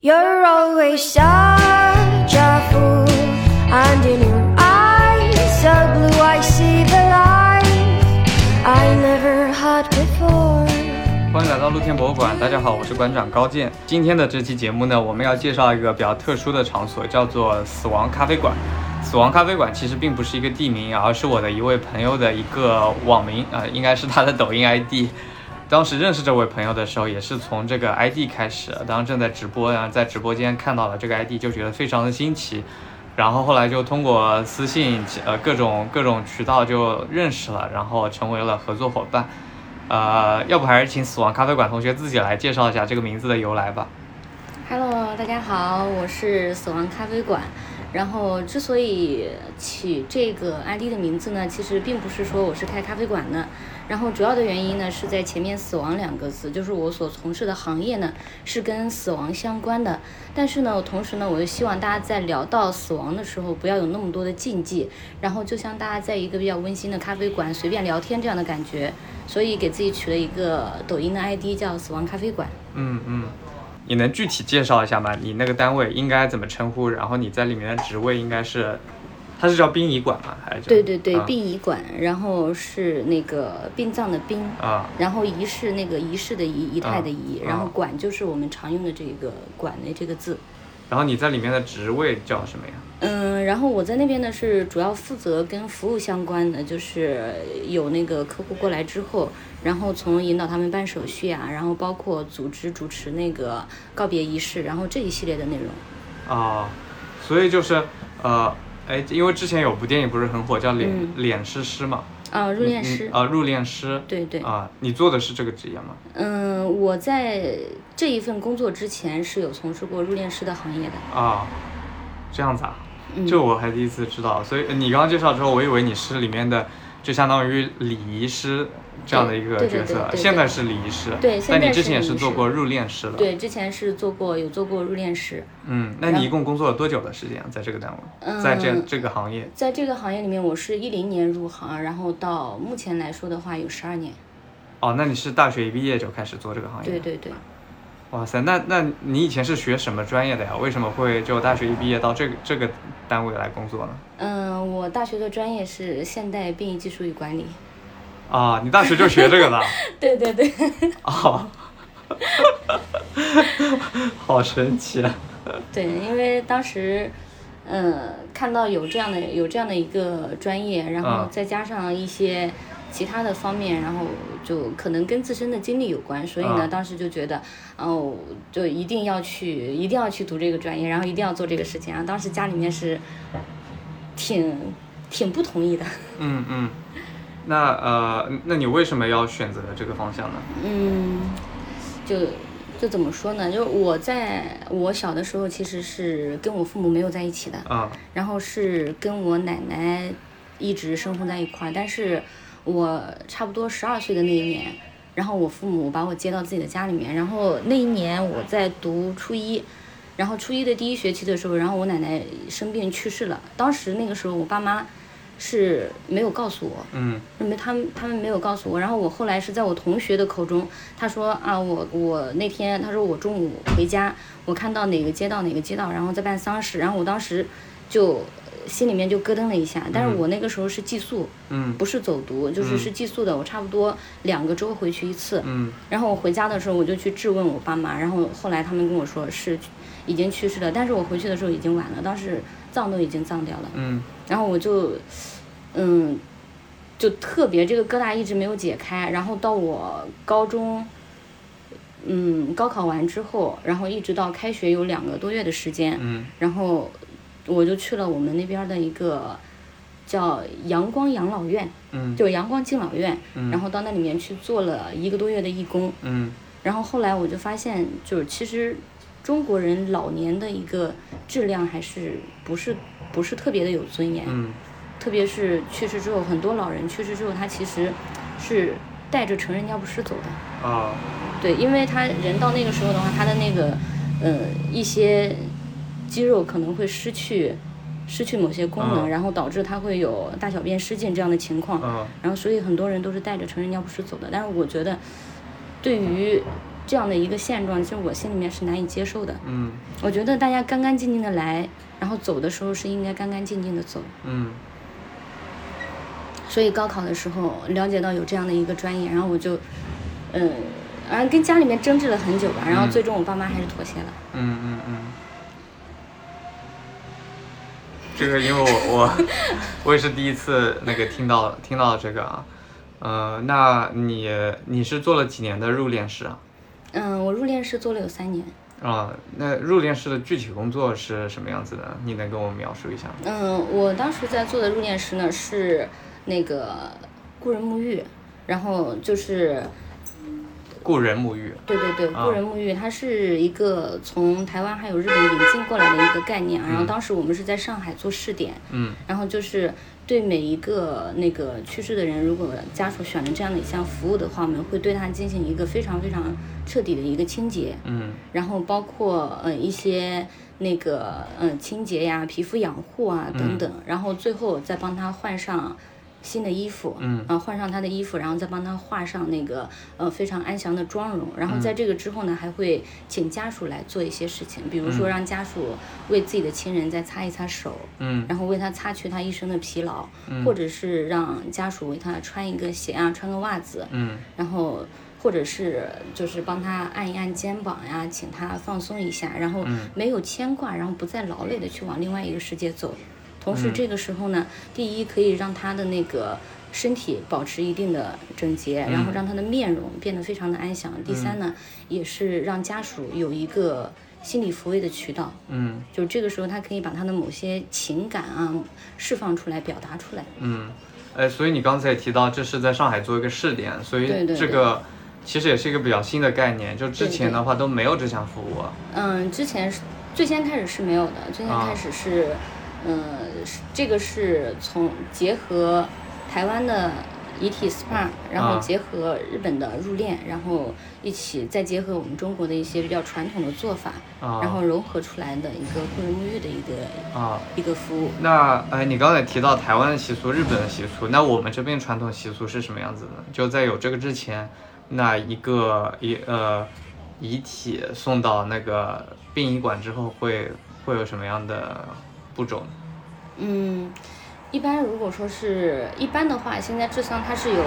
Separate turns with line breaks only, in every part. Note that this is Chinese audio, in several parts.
You're always such a fool, and in your eyes so blue, I see the light I never had before.
欢迎来到露天博物馆，大家好，我是馆长高健。今天的这期节目呢，我们要介绍一个比较特殊的场所，叫做死亡咖啡馆。死亡咖啡馆其实并不是一个地名，而是我的一位朋友的一个网名，啊、应该是他的抖音 ID。当时认识这位朋友的时候，也是从这个 ID 开始，当时正在直播，然后在直播间看到了这个 ID，就觉得非常的新奇。然后后来就通过私信，呃，各种各种渠道就认识了，然后成为了合作伙伴。呃，要不还是请死亡咖啡馆同学自己来介绍一下这个名字的由来吧。
Hello，大家好，我是死亡咖啡馆。然后，之所以起这个 ID 的名字呢，其实并不是说我是开咖啡馆的，然后主要的原因呢是在前面“死亡”两个字，就是我所从事的行业呢是跟死亡相关的。但是呢，我同时呢，我又希望大家在聊到死亡的时候，不要有那么多的禁忌，然后就像大家在一个比较温馨的咖啡馆随便聊天这样的感觉，所以给自己取了一个抖音的 ID 叫“死亡咖啡馆”。
嗯嗯，你能具体介绍一下吗？你那个单位应该怎么称呼？然后你在里面的职位应该是，它是叫殡仪馆吗？还是叫
对对对，
啊
殡仪馆，然后是那个殡葬的殡，
啊
然后仪是那个仪式的仪，仪态的仪，
啊
然后馆就是我们常用的这个馆的这个字。
然后你在里面的职位叫什么呀？
嗯，然后我在那边呢是主要负责跟服务相关的，就是有那个客户过来之后，然后从引导他们办手续啊，然后包括组织主持那个告别仪式，然后这一系列的内容。
啊，所以就是呃，哎，因为之前有部电影不是很火，叫《脸、
嗯
脸师师》嘛，
啊，入殓
你
师，
啊、入殓师，
对对。
啊，你做的是这个职业吗？
嗯，我在这一份工作之前是有从事过入殓师的行业的。
啊，这样子啊，
嗯
这我还第一次知道。所以呃你刚刚介绍之后，我以为你是里面的，就相当于礼仪师这样的一个
对对
角
对
色
对。对
现在是礼仪师，
对现
但你
在
之
是
前也
礼
是
仪
做
师
过入殓师的。，
对，之前是做过有做过入殓师，
嗯，那
然
你
后
一共工作了多久的时间啊在这个单位，在这
嗯
这个行业？
在这个行业里面，我是一零年入行，然后到目前来说的话有十二年。
哦，那你是大学一毕业就开始做这个行业？
对。对对，
哇塞，那那你以前是学什么专业的呀？为什么会就大学一毕业到这个这个单位来工作呢？
嗯，我大学的专业是现代殡仪技术与管理。
啊，你大学就学这个的啊？
对对对，
哦， 好神奇啊！
对，因为当时，呃，看到有这样的有这样的一个专业，然后
嗯
再加上一些其他的方面，然后就可能跟自身的经历有关，所以呢，
嗯
当时就觉得，哦，就一定要去，一定要去读这个专业，然后一定要做这个事情。然啊后当时家里面是挺挺不同意的，
嗯嗯，那呃，那你为什么要选择这个方向呢？
嗯，就。就怎么说呢？就我在我小的时候，其实是跟我父母没有在一起的，
啊、
然后是跟我奶奶一直生活在一块儿，但是我差不多十二岁的那一年，然后我父母把我接到自己的家里面，然后那一年我在读初一，然后初一的第一学期的时候，然后我奶奶生病去世了，当时那个时候我爸妈是没有告诉我，
嗯
没，他们他们没有告诉我。然后我后来是在我同学的口中，他说啊，我我那天他说我中午回家，我看到哪个街道哪个街道，然后在办丧事，然后我当时就呃心里面就咯噔了一下。但是我那个时候是寄宿，
嗯
不是走读，就是是寄宿的，我差不多两个周回去一次。
嗯
然后我回家的时候，我就去质问我爸妈，然后后来他们跟我说是已经去世了，但是我回去的时候已经晚了，当时葬都已经葬掉了。
嗯
然后我就，嗯，就特别这个疙瘩一直没有解开。然后到我高中，嗯，高考完之后，然后一直到开学有两个多月的时间，
嗯
然后我就去了我们那边儿的一个叫阳光养老院，
嗯
就是阳光敬老院，
嗯
然后到那里面去做了一个多月的义工。
嗯
然后后来我就发现，就是其实中国人老年的一个质量还是不是不是特别的有尊严。
嗯
特别是去世之后，很多老人去世之后，他其实是带着成人尿不湿走的。
啊
对，因为他人到那个时候的话，他的那个呃一些肌肉可能会失去失去某些功
嗯
能，然后导致他会有大小便失禁这样的情况。
啊
然后所以很多人都是带着成人尿不湿走的。但是我觉得，对于这样的一个现状，其实我心里面是难以接受的。
嗯
我觉得大家干干净净的来，然后走的时候是应该干干净净的走。
嗯
所以高考的时候了解到有这样的一个专业，然后我就，嗯，啊，跟家里面争执了很久吧，然后
嗯
最终我爸妈还是妥协了。
嗯嗯嗯。这个因为我我我也是第一次那个听到听到这个啊，呃，那你你是做了几年的入殓师啊？
嗯，我入殓师做了有三年。
啊，那入殓师的具体工作是什么样子的？你能跟我描述一下吗？
嗯，我当时在做的入殓师呢是那个雇人沐浴，然后就是
雇人沐浴。
对对对，
啊
雇人沐浴，它是一个从台湾还有日本引进过来的一个概念啊。然后当时我们是在上海做试点，
嗯
然后就是对每一个那个去世的人，如果家属选了这样的一项服务的话，我们会对他进行一个非常非常彻底的一个清洁，
嗯
然后包括呃一些那个呃清洁呀、皮肤养护啊
嗯
等等，然后最后再帮他换上。新的衣服，
嗯
啊，换上他的衣服，然后再帮他画上那个呃非常安详的妆容，然后
嗯
在这个之后呢，还会请家属来做一些事情，比如说让家属为自己的亲人再擦一擦手，
嗯
然后为他擦去他一身的疲劳，或者是让家属为他穿一个鞋啊，穿个袜子，
嗯
然后或者是就是帮他按一按肩膀呀、请他放松一下，然后没有牵挂，然后不再劳累的去往另外一个世界走。同时，这个时候呢，第一可以让他的那个身体保持一定的整洁，然后让他的面容变得非常的安详。第三呢，也是让家属有一个心理抚慰的渠道。
嗯
就这个时候，他可以把他的某些情感啊释放出来、表达出来。
嗯，哎，所以你刚才也提到，这是在上海做一个试点，所以
对对
这个其实也是一个比较新的概念，就之
对
前
对
的话都没有这项服务啊。
嗯，之前是最先开始是没有的，最先
啊
开始是，呃，是这个是从结合台湾的遗体 SPA，然后
啊
结合日本的入殓，然后一起再结合我们中国的一些比较传统的做法，
啊
然后融合出来的一个雇人沐浴的一个
啊，
一个服务。
那哎，你刚才提到台湾的习俗、日本的习俗，那我们这边传统习俗是什么样子的？就在有这个之前，那一个遗呃遗体送到那个殡仪馆之后会，会有什么样的步骤呢？
嗯，一般如果说是一般的话，现在智丧它是有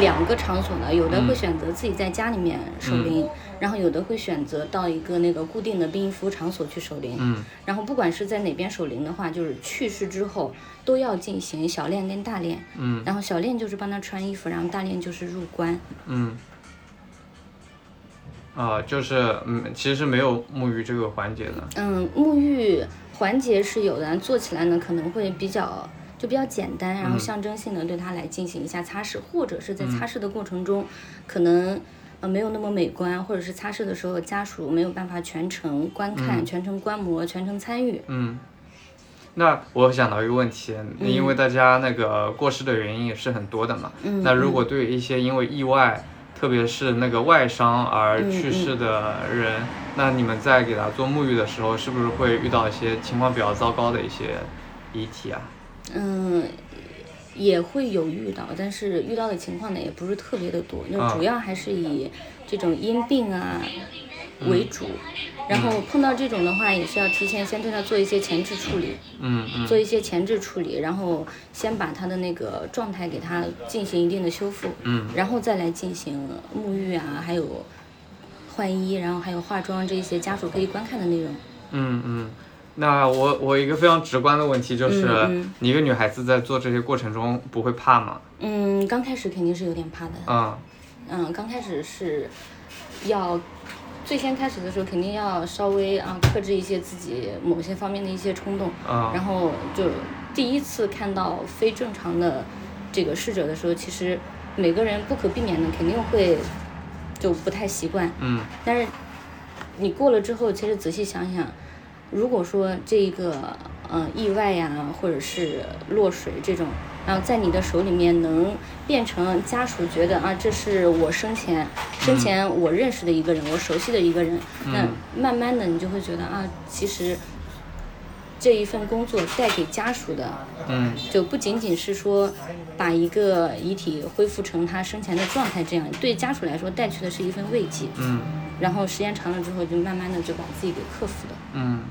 两个场所的，有
嗯
的会选择自己在家里面守灵，然后有的会选择到一个那个固定的殡仪服务场所去守灵。
嗯
然后不管是在哪边守灵的话，就是去世之后都要进行小殓跟大殓。
嗯
然后小殓就是帮他穿衣服，然后大殓就是入棺。
嗯。啊、就是嗯，其实是没有沐浴这个环节的。
嗯，沐浴环节是有的，做起来呢可能会比较就比较简单，然后象征性的对它来进行一下擦拭，或者是在擦拭的过程中，可能呃没有那么美观，或者是擦拭的时候家属没有办法全程观看、全程观摩、全程参与。
嗯，那我想到一个问题，因为大家那个过世的原因也是很多的嘛。
嗯
那如果对于一些因为意外，特别是那个外伤而
嗯
去世的人，那你们在给他做沐浴的时候，是不是会遇到一些情况比较糟糕的一些遗体啊？
嗯，也会有遇到，但是遇到的情况呢也不是特别的多，就
啊
主要还是以这种因病啊为主。然后碰到这种的话，也是要提前先对他做一些前置处理，
嗯嗯
做一些前置处理，然后先把他的那个状态给他进行一定的修复，
嗯，
然后再来进行沐浴啊，还有换衣，然后还有化妆这些家属可以观看的内容。
嗯嗯。那我我一个非常直观的问题就是，
嗯嗯
你一个女孩子在做这些过程中不会怕吗？
嗯，刚开始肯定是有点怕的，
嗯
嗯，刚开始是要最先开始的时候，肯定要稍微啊克制一些自己某些方面的一些冲动，
嗯
然后就第一次看到非正常的这个逝者的时候，其实每个人不可避免的肯定会就不太习惯，
嗯
但是你过了之后，其实仔细想想，如果说这一个呃意外呀、或者是落水这种，然后在你的手里面能变成家属觉得啊，这是我生前生前我认识的一个人，我熟悉的一个人，那慢慢的你就会觉得啊，其实。这一份工作带给家属的，
嗯
就不仅仅是说把一个遗体恢复成他生前的状态，这样对家属来说带去的是一份慰藉，
嗯
然后时间长了之后，就慢慢的就把自己给克服了。
嗯。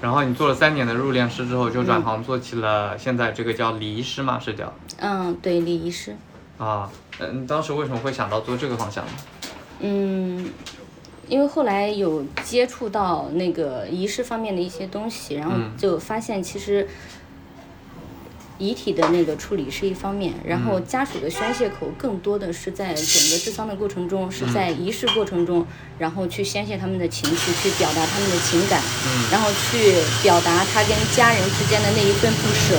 然后你做了三年的入殓师之后，就转行做起了现在这个叫礼仪师嘛，是叫
嗯，对，礼仪师，
啊。嗯，当时为什么会想到做这个方向呢？
嗯，因为后来有接触到那个仪式方面的一些东西，然后
嗯
就发现其实遗体的那个处理是一方面，然后家属的宣泄口更多的是在整个治丧的过程中，是在仪式过程中，然后去宣泄他们的情绪，去表达他们的情感，然后去表达他跟家人之间的那一份不舍。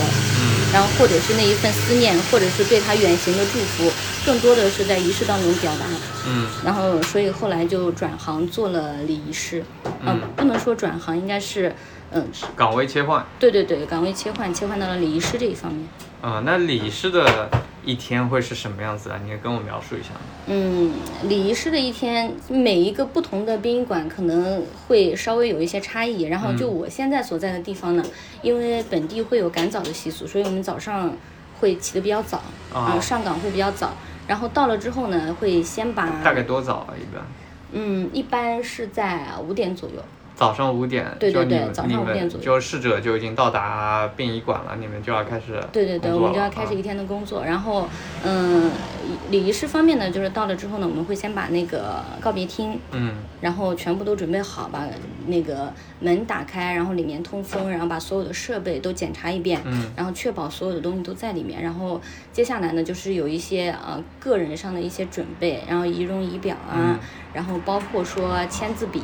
然后或者是那一份思念，或者是对他远行的祝福，更多的是在仪式当中表达。
嗯
然后所以后来就转行做了礼仪师，嗯、不能说转行，应该是，嗯、
岗位切换。
对对对，岗位切换，切换到了礼仪师这一方面。
啊、那礼仪师的一天会是什么样子啊？你也跟我描述一下。
嗯，礼仪师的一天，每一个不同的殡仪馆可能会稍微有一些差异。然后就我现在所在的地方呢，因为本地会有赶早的习俗，所以我们早上会起得比较早，
哦
嗯，上岗会比较早。然后到了之后呢，会先把，
大概多早啊？一般
嗯，一般是在五点左右。
早上五点，
对
就
对
你
对
们
早上5
你
点
们
左右
就逝者就已经到达殡仪馆了，你们就要开始
对对对，
工作
我们就
了
要开始一
啊
天的工作。然后，嗯，礼仪师方面呢，就是到了之后呢，我们会先把那个告别厅，
嗯
然后全部都准备好，把那个门打开，然后里面通风，然后把所有的设备都检查一遍，
嗯
然后确保所有的东西都在里面。然后接下来呢，就是有一些呃个人上的一些准备，然后仪容仪表啊，
嗯
然后包括说签字笔，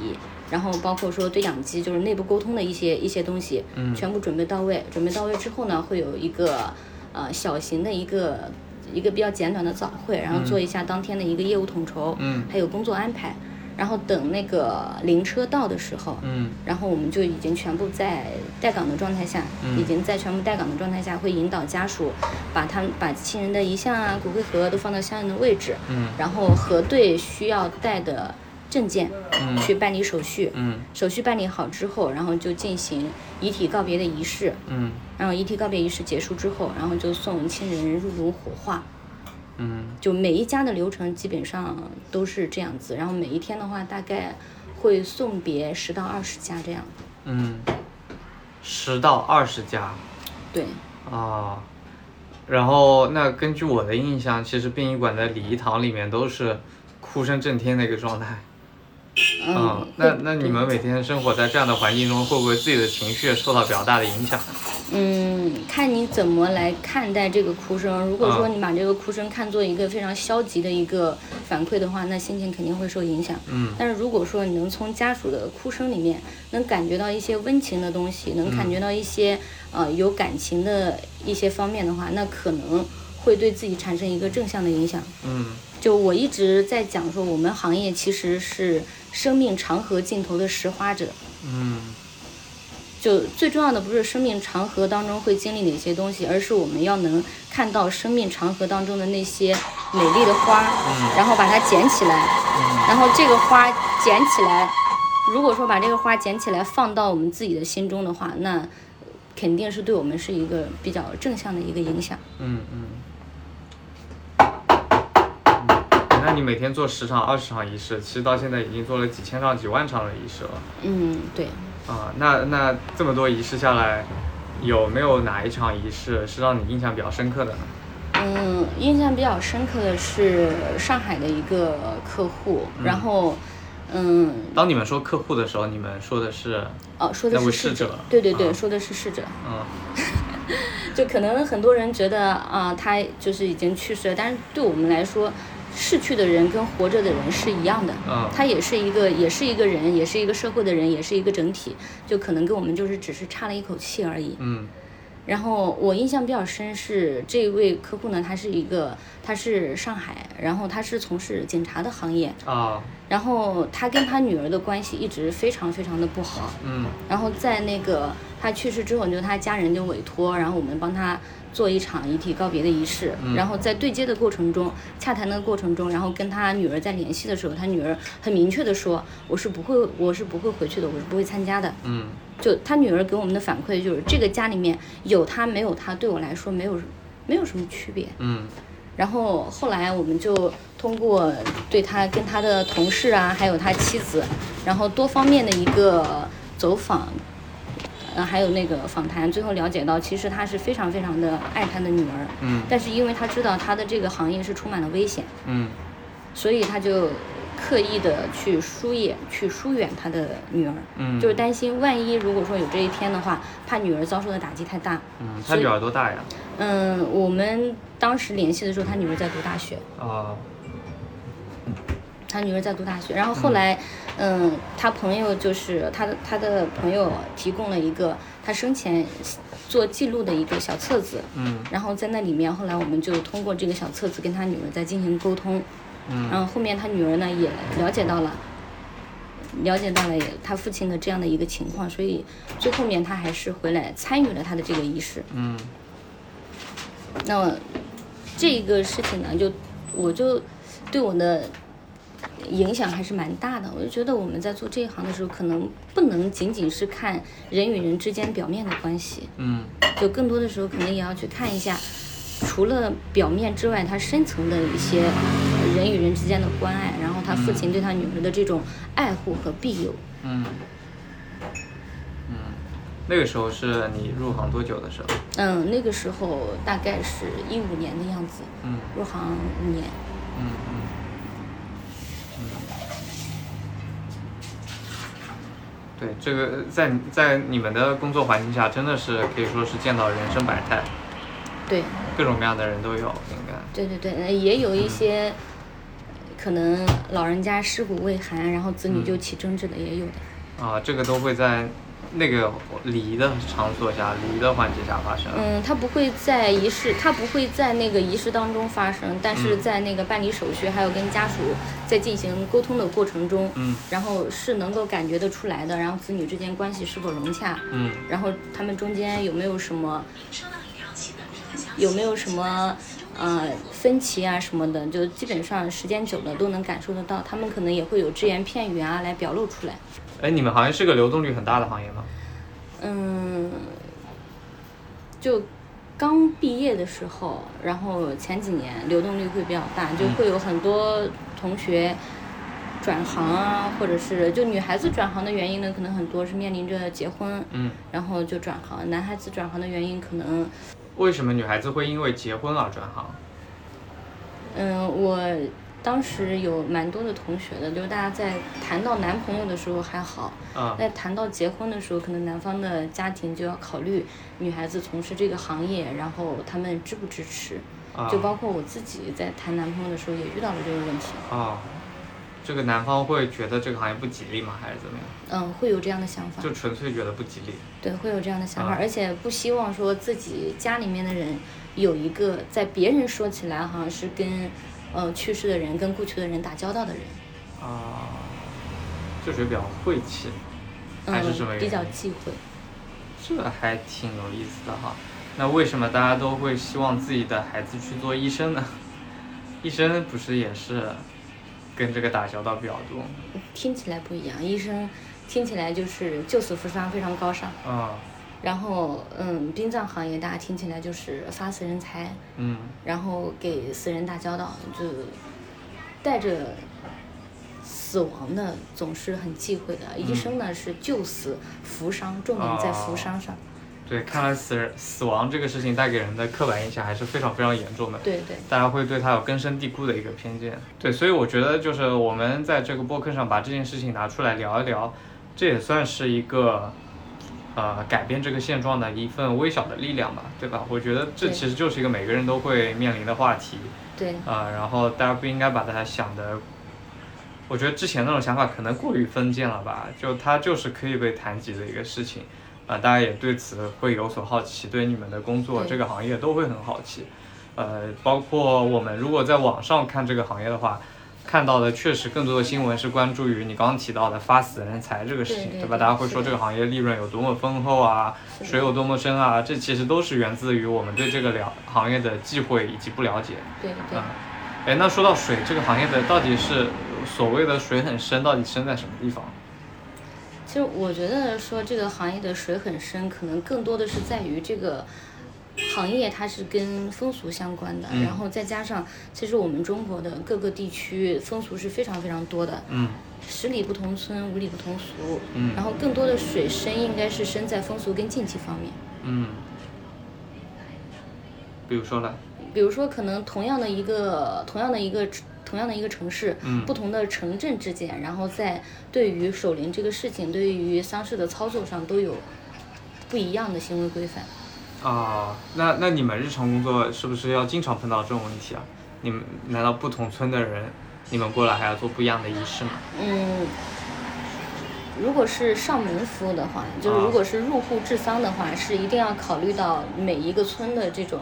然后包括说对讲机，就是内部沟通的一些一些东西，
嗯
全部准备到位。准备到位之后呢，会有一个呃小型的一个一个比较简短的早会，然后做一下当天的一个业务统筹，
嗯
还有工作安排。然后等那个灵车到的时候，
嗯
然后我们就已经全部在待岗的状态下，
嗯
已经在全部待岗的状态下，会引导家属把他们把亲人的遗像啊、骨灰盒都放到相应的位置，
嗯
然后核对需要带的证件，
嗯
去办理手续。
嗯
手续办理好之后，然后就进行遗体告别的仪式。
嗯
然后遗体告别仪式结束之后，然后就送亲人入炉火化。
嗯
就每一家的流程基本上都是这样子，然后每一天的话大概会送别十到二十家这样。
嗯，十到二十家
对，
啊。然后，那根据我的印象，其实殡仪馆的礼仪堂里面都是哭声震天的一个状态。嗯，那
会
那你们每天生活在这样的环境中，会不会自己的情绪也受到比较大的影响？
嗯，看你怎么来看待这个哭声。如果说
嗯
你把这个哭声看作一个非常消极的一个反馈的话，那心情肯定会受影响。
嗯
但是如果说你能从家属的哭声里面能感觉到一些温情的东西，能感觉到一些、呃有感情的一些方面的话，那可能会对自己产生一个正向的影响。
嗯
就我一直在讲说，我们行业其实是生命长河尽头的拾花者。
嗯
就最重要的不是生命长河当中会经历哪些东西，而是我们要能看到生命长河当中的那些美丽的花，
嗯
然后把它捡起来，然后这个花捡起来，如果说把这个花捡起来放到我们自己的心中的话，那肯定是对我们是一个比较正向的一个影响。
嗯嗯。嗯那你每天做十场、二十场仪式，其实到现在已经做了几千场、几万场的仪式了
嗯，对，
啊。那那这么多仪式下来，有没有哪一场仪式是让你印象比较深刻的呢？
嗯，印象比较深刻的是上海的一个客户，然后，嗯，
当你们说客户的时候，你们说的是，
哦，说的
那
是
位
逝
逝
者，
者
对对对，
啊
说的是逝者。
嗯
就可能很多人觉得啊、他就是已经去世了，但是对我们来说，逝去的人跟活着的人是一样的，
嗯
他也是一个，也是一个人，也是一个社会的人，也是一个整体，就可能跟我们就是只是差了一口气而已。
嗯
然后我印象比较深是这一位客户呢，他是一个，他是上海，然后他是从事警察的行业，
啊
然后他跟他女儿的关系一直非常非常的不好，
嗯
然后在那个他去世之后，就他家人就委托，然后我们帮他做一场遗体告别的仪式。
嗯
然后在对接的过程中、洽谈的过程中，然后跟他女儿在联系的时候，他女儿很明确的说：“我是不会，我是不会回去的，我是不会参加的。
嗯
就他女儿给我们的反馈就是，这个家里面有他没有他，对我来说没有没有什么区别。
嗯
然后后来我们就通过对他跟他的同事啊，还有他妻子，然后多方面的一个走访，呃，还有那个访谈，最后了解到，其实他是非常非常的爱他的女儿，
嗯
但是因为他知道他的这个行业是充满了危险，
嗯
所以他就刻意的去疏远、去疏远他的女儿，
嗯，
就是担心万一如果说有这一天的话，怕女儿遭受的打击太大。
嗯，他
所以
女儿多大呀？
嗯，我们当时联系的时候，他女儿在读大学。
啊，
他女儿在读大学，然后后来，嗯，他朋友就是他的他的朋友提供了一个他生前做记录的一个小册子，
嗯
然后在那里面，后来我们就通过这个小册子跟他女儿在进行沟通，然
嗯
后后面他女儿呢也了解到了，了解到了他父亲的这样的一个情况，所以最后面他还是回来参与了他的这个仪式，
嗯
那么这个事情呢，就我就对我的影响还是蛮大的。我就觉得我们在做这一行的时候，可能不能仅仅是看人与人之间表面的关系，
嗯
就更多的时候可能也要去看一下，除了表面之外，他深层的一些呃人与人之间的关爱，然后他父亲对他女儿的这种爱护和庇佑。
嗯嗯，那个时候是你入行多久的时候？
嗯，那个时候大概是一五年的样子，
嗯
入行五年。
嗯嗯嗯，对，这个在在你们的工作环境下，真的是可以说是见到人生百态，
对，
各种各样的人都有，应该。
对对对，呃也有一些可能老人家尸骨未寒，然后子女就起争执的也有的。
啊，这个都会在那个礼仪的场所下、礼仪的环节下发生。
嗯，他不会在仪式，他不会在那个仪式当中发生，但是
嗯
在那个办理手续，还有跟家属在进行沟通的过程中，
嗯
然后是能够感觉得出来的，然后子女之间关系是否融洽，
嗯
然后他们中间有没有什么，有没有什么呃分歧啊什么的，就基本上时间久了都能感受得到，他们可能也会有只言片语啊来表露出来。
哎，你们行业是个流动率很大的行业吗？
嗯，就刚毕业的时候，然后前几年流动率会比较大，就会有很多同学。转行啊，或者是就女孩子转行的原因呢，可能很多是面临着结婚，
嗯，
然后就转行。男孩子转行的原因可能，
为什么女孩子会因为结婚而转行？
嗯，我当时有蛮多的同学的，就是大家在谈到男朋友的时候还好，
啊、
那谈到结婚的时候，可能男方的家庭就要考虑女孩子从事这个行业，然后他们支不支持。
啊
就包括我自己在谈男朋友的时候也遇到了这个问题，
啊，这个男方会觉得这个行业不吉利吗？还是怎么样？
嗯，会有这样的想法
就，纯粹觉得不吉利。
对，会有这样的想法，
啊
而且不希望说自己家里面的人有一个在别人说起来好像是跟呃去世的人跟故去的人打交道的人，
啊，这属于比较晦气，还是什么
嗯，
原因？
比较忌讳。
这还挺有意思的哈。那为什么大家都会希望自己的孩子去做医生呢？ 医生不是也是跟这个打交道比较多吗？
听起来不一样，医生听起来就是救死扶伤，非常高尚。
啊，
然后，嗯，殡葬行业大家听起来就是发死人财，
嗯
然后给死人打交道，就带着死亡呢总是很忌讳的。医生
嗯
呢是救死扶伤，重点在扶伤上。
对，看来死死亡这个事情带给人的刻板印象还是非常非常严重的。
对对，
大家会对他有根深蒂固的一个偏见。对，所以我觉得就是我们在这个播客上把这件事情拿出来聊一聊，这也算是一个呃改变这个现状的一份微小的力量吧，对吧？我觉得这
对
其实就是一个每个人都会面临的话题
对
啊、呃然后大家不应该把它想的。我觉得之前那种想法可能过于封建了吧，就它就是可以被谈及的一个事情，啊、大家也对此会有所好奇，对你们的工作
对
这个行业都会很好奇。呃，包括我们如果在网上看这个行业的话，看到的确实更多的新闻是关注于你刚刚提到的发死人财这个事情，
对对
吧？
对
大家会
是
说
的
这个行业利润有多么丰厚啊，
是的
水有多么深啊，这其实都是源自于我们对这个了行业的忌讳以及不了解。
对对
啊，哎，那说到水这个行业的，到底是所谓的水很深，到底深在什么地方？
其其实我觉得说这个行业的水很深，可能更多的是在于这个行业它是跟风俗相关的，
嗯
然后再加上其实我们中国的各个地区风俗是非常非常多的，
嗯
十里不同村，五里不同俗，
嗯
然后更多的水深应该是深在风俗跟禁忌方面。
嗯，比如说呢？
比如说，可能同样的一个同样的一个同样的一个城市，
嗯
不同的城镇之间，然后在对于守灵这个事情，对于丧事的操作上都有不一样的行为规范。
啊，那那你们日常工作是不是要经常碰到这种问题啊？你们难道不同村的人，你们过来还要做不一样的仪式吗？
嗯，如果是上门服务的话，就是
啊
如果是入户治丧的话，是一定要考虑到每一个村的这种。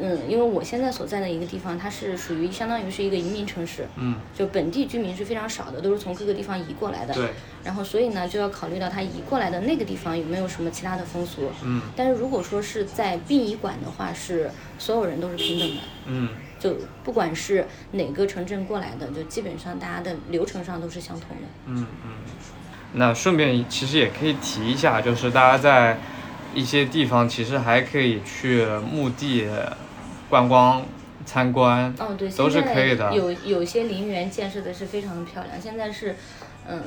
嗯，因为我现在所在的一个地方，它是属于相当于是一个移民城市，
嗯，
就本地居民是非常少的，都是从各个地方移过来的。
对，
然后所以呢，就要考虑到他移过来的那个地方有没有什么其他的风俗。
嗯
但是如果说是在殡仪馆的话，是所有人都是平等的，
嗯
就不管是哪个城镇过来的，就基本上大家的流程上都是相同的。
嗯嗯。那顺便其实也可以提一下，就是大家在一些地方其实还可以去墓地观光、参观，
哦，对，
都是
现在
可以的。
有有些陵园建设的是非常的漂亮，现在是，嗯，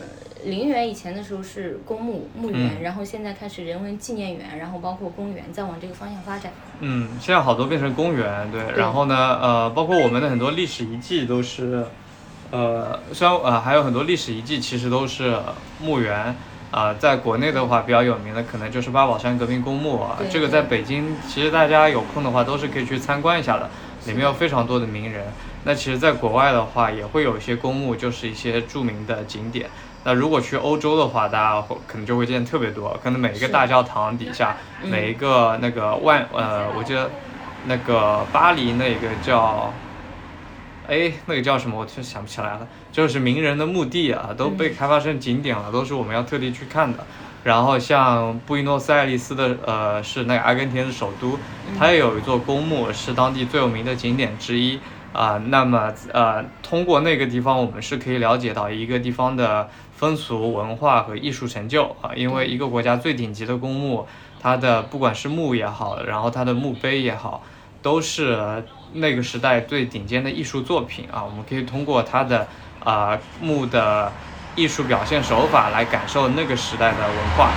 陵园以前的时候是公墓墓园，
嗯
然后现在开始人文纪念园，然后包括公园在往这个方向发展。
嗯，现在好多变成公园，对，然后呢，呃，包括我们的很多历史遗迹都是，呃，虽然呃还有很多历史遗迹其实都是墓园，啊、在国内的话比较有名的可能就是八宝山革命公墓啊
对，
这个
对
在北京其实大家有空的话都是可以去参观一下的，里面有非常多的名人。那其实，在国外的话也会有一些公墓，就是一些著名的景点。那如果去欧洲的话，大家会可能就会见特别多，可能每一个
是
大教堂底下，
嗯
每一个那个万呃，我记得那个巴黎那个叫，哎，那个叫什么，我突然想不起来了，就是名人的墓地啊，都被开发成景点了，都是我们要特地去看的。然后像布宜诺斯艾利斯的呃，是那个阿根廷的首都，它也有一座公墓，是当地最有名的景点之一。啊、那么呃，通过那个地方，我们是可以了解到一个地方的风俗文化和艺术成就啊、因为一个国家最顶级的公墓，它的不管是墓也好，然后它的墓碑也好，都是那个时代最顶尖的艺术作品啊。我们可以通过它的啊、墓的艺术表现手法来感受那个时代的文化。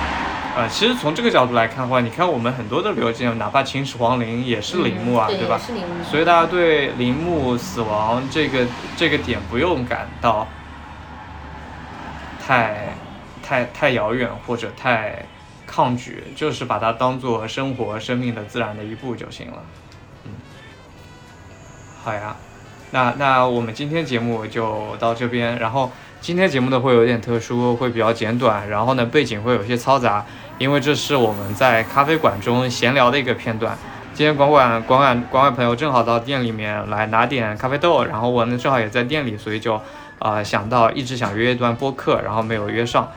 呃，其实从这个角度来看的话，你看我们很多的旅游景点，哪怕秦始皇陵也是陵墓啊，
嗯对
吧？
是陵墓。
所以大家对陵墓死亡这个这个点不用感到太太太遥远或者太抗拒，就是把它当做生活生命的自然的一部就行了。嗯，好呀，那那我们今天节目就到这边，然后。今天节目呢会有点特殊，会比较简短，然后呢背景会有一些嘈杂，因为这是我们在咖啡馆中闲聊的一个片段。今天管管管管管管朋友正好到店里面来拿点咖啡豆，然后我呢正好也在店里，所以就呃想到一直想约一段播客，然后没有约上。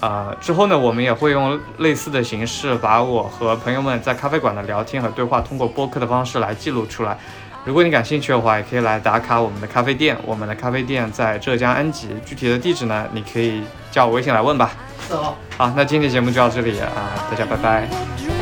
呃，之后呢，我们也会用类似的形式，把我和朋友们在咖啡馆的聊天和对话，通过播客的方式来记录出来。如果你感兴趣的话，也可以来打卡我们的咖啡店。我们的咖啡店在浙江安吉，具体的地址呢，你可以加我微信来问吧。
走。
好，那今天节目就到这里啊、大家拜拜。
The dream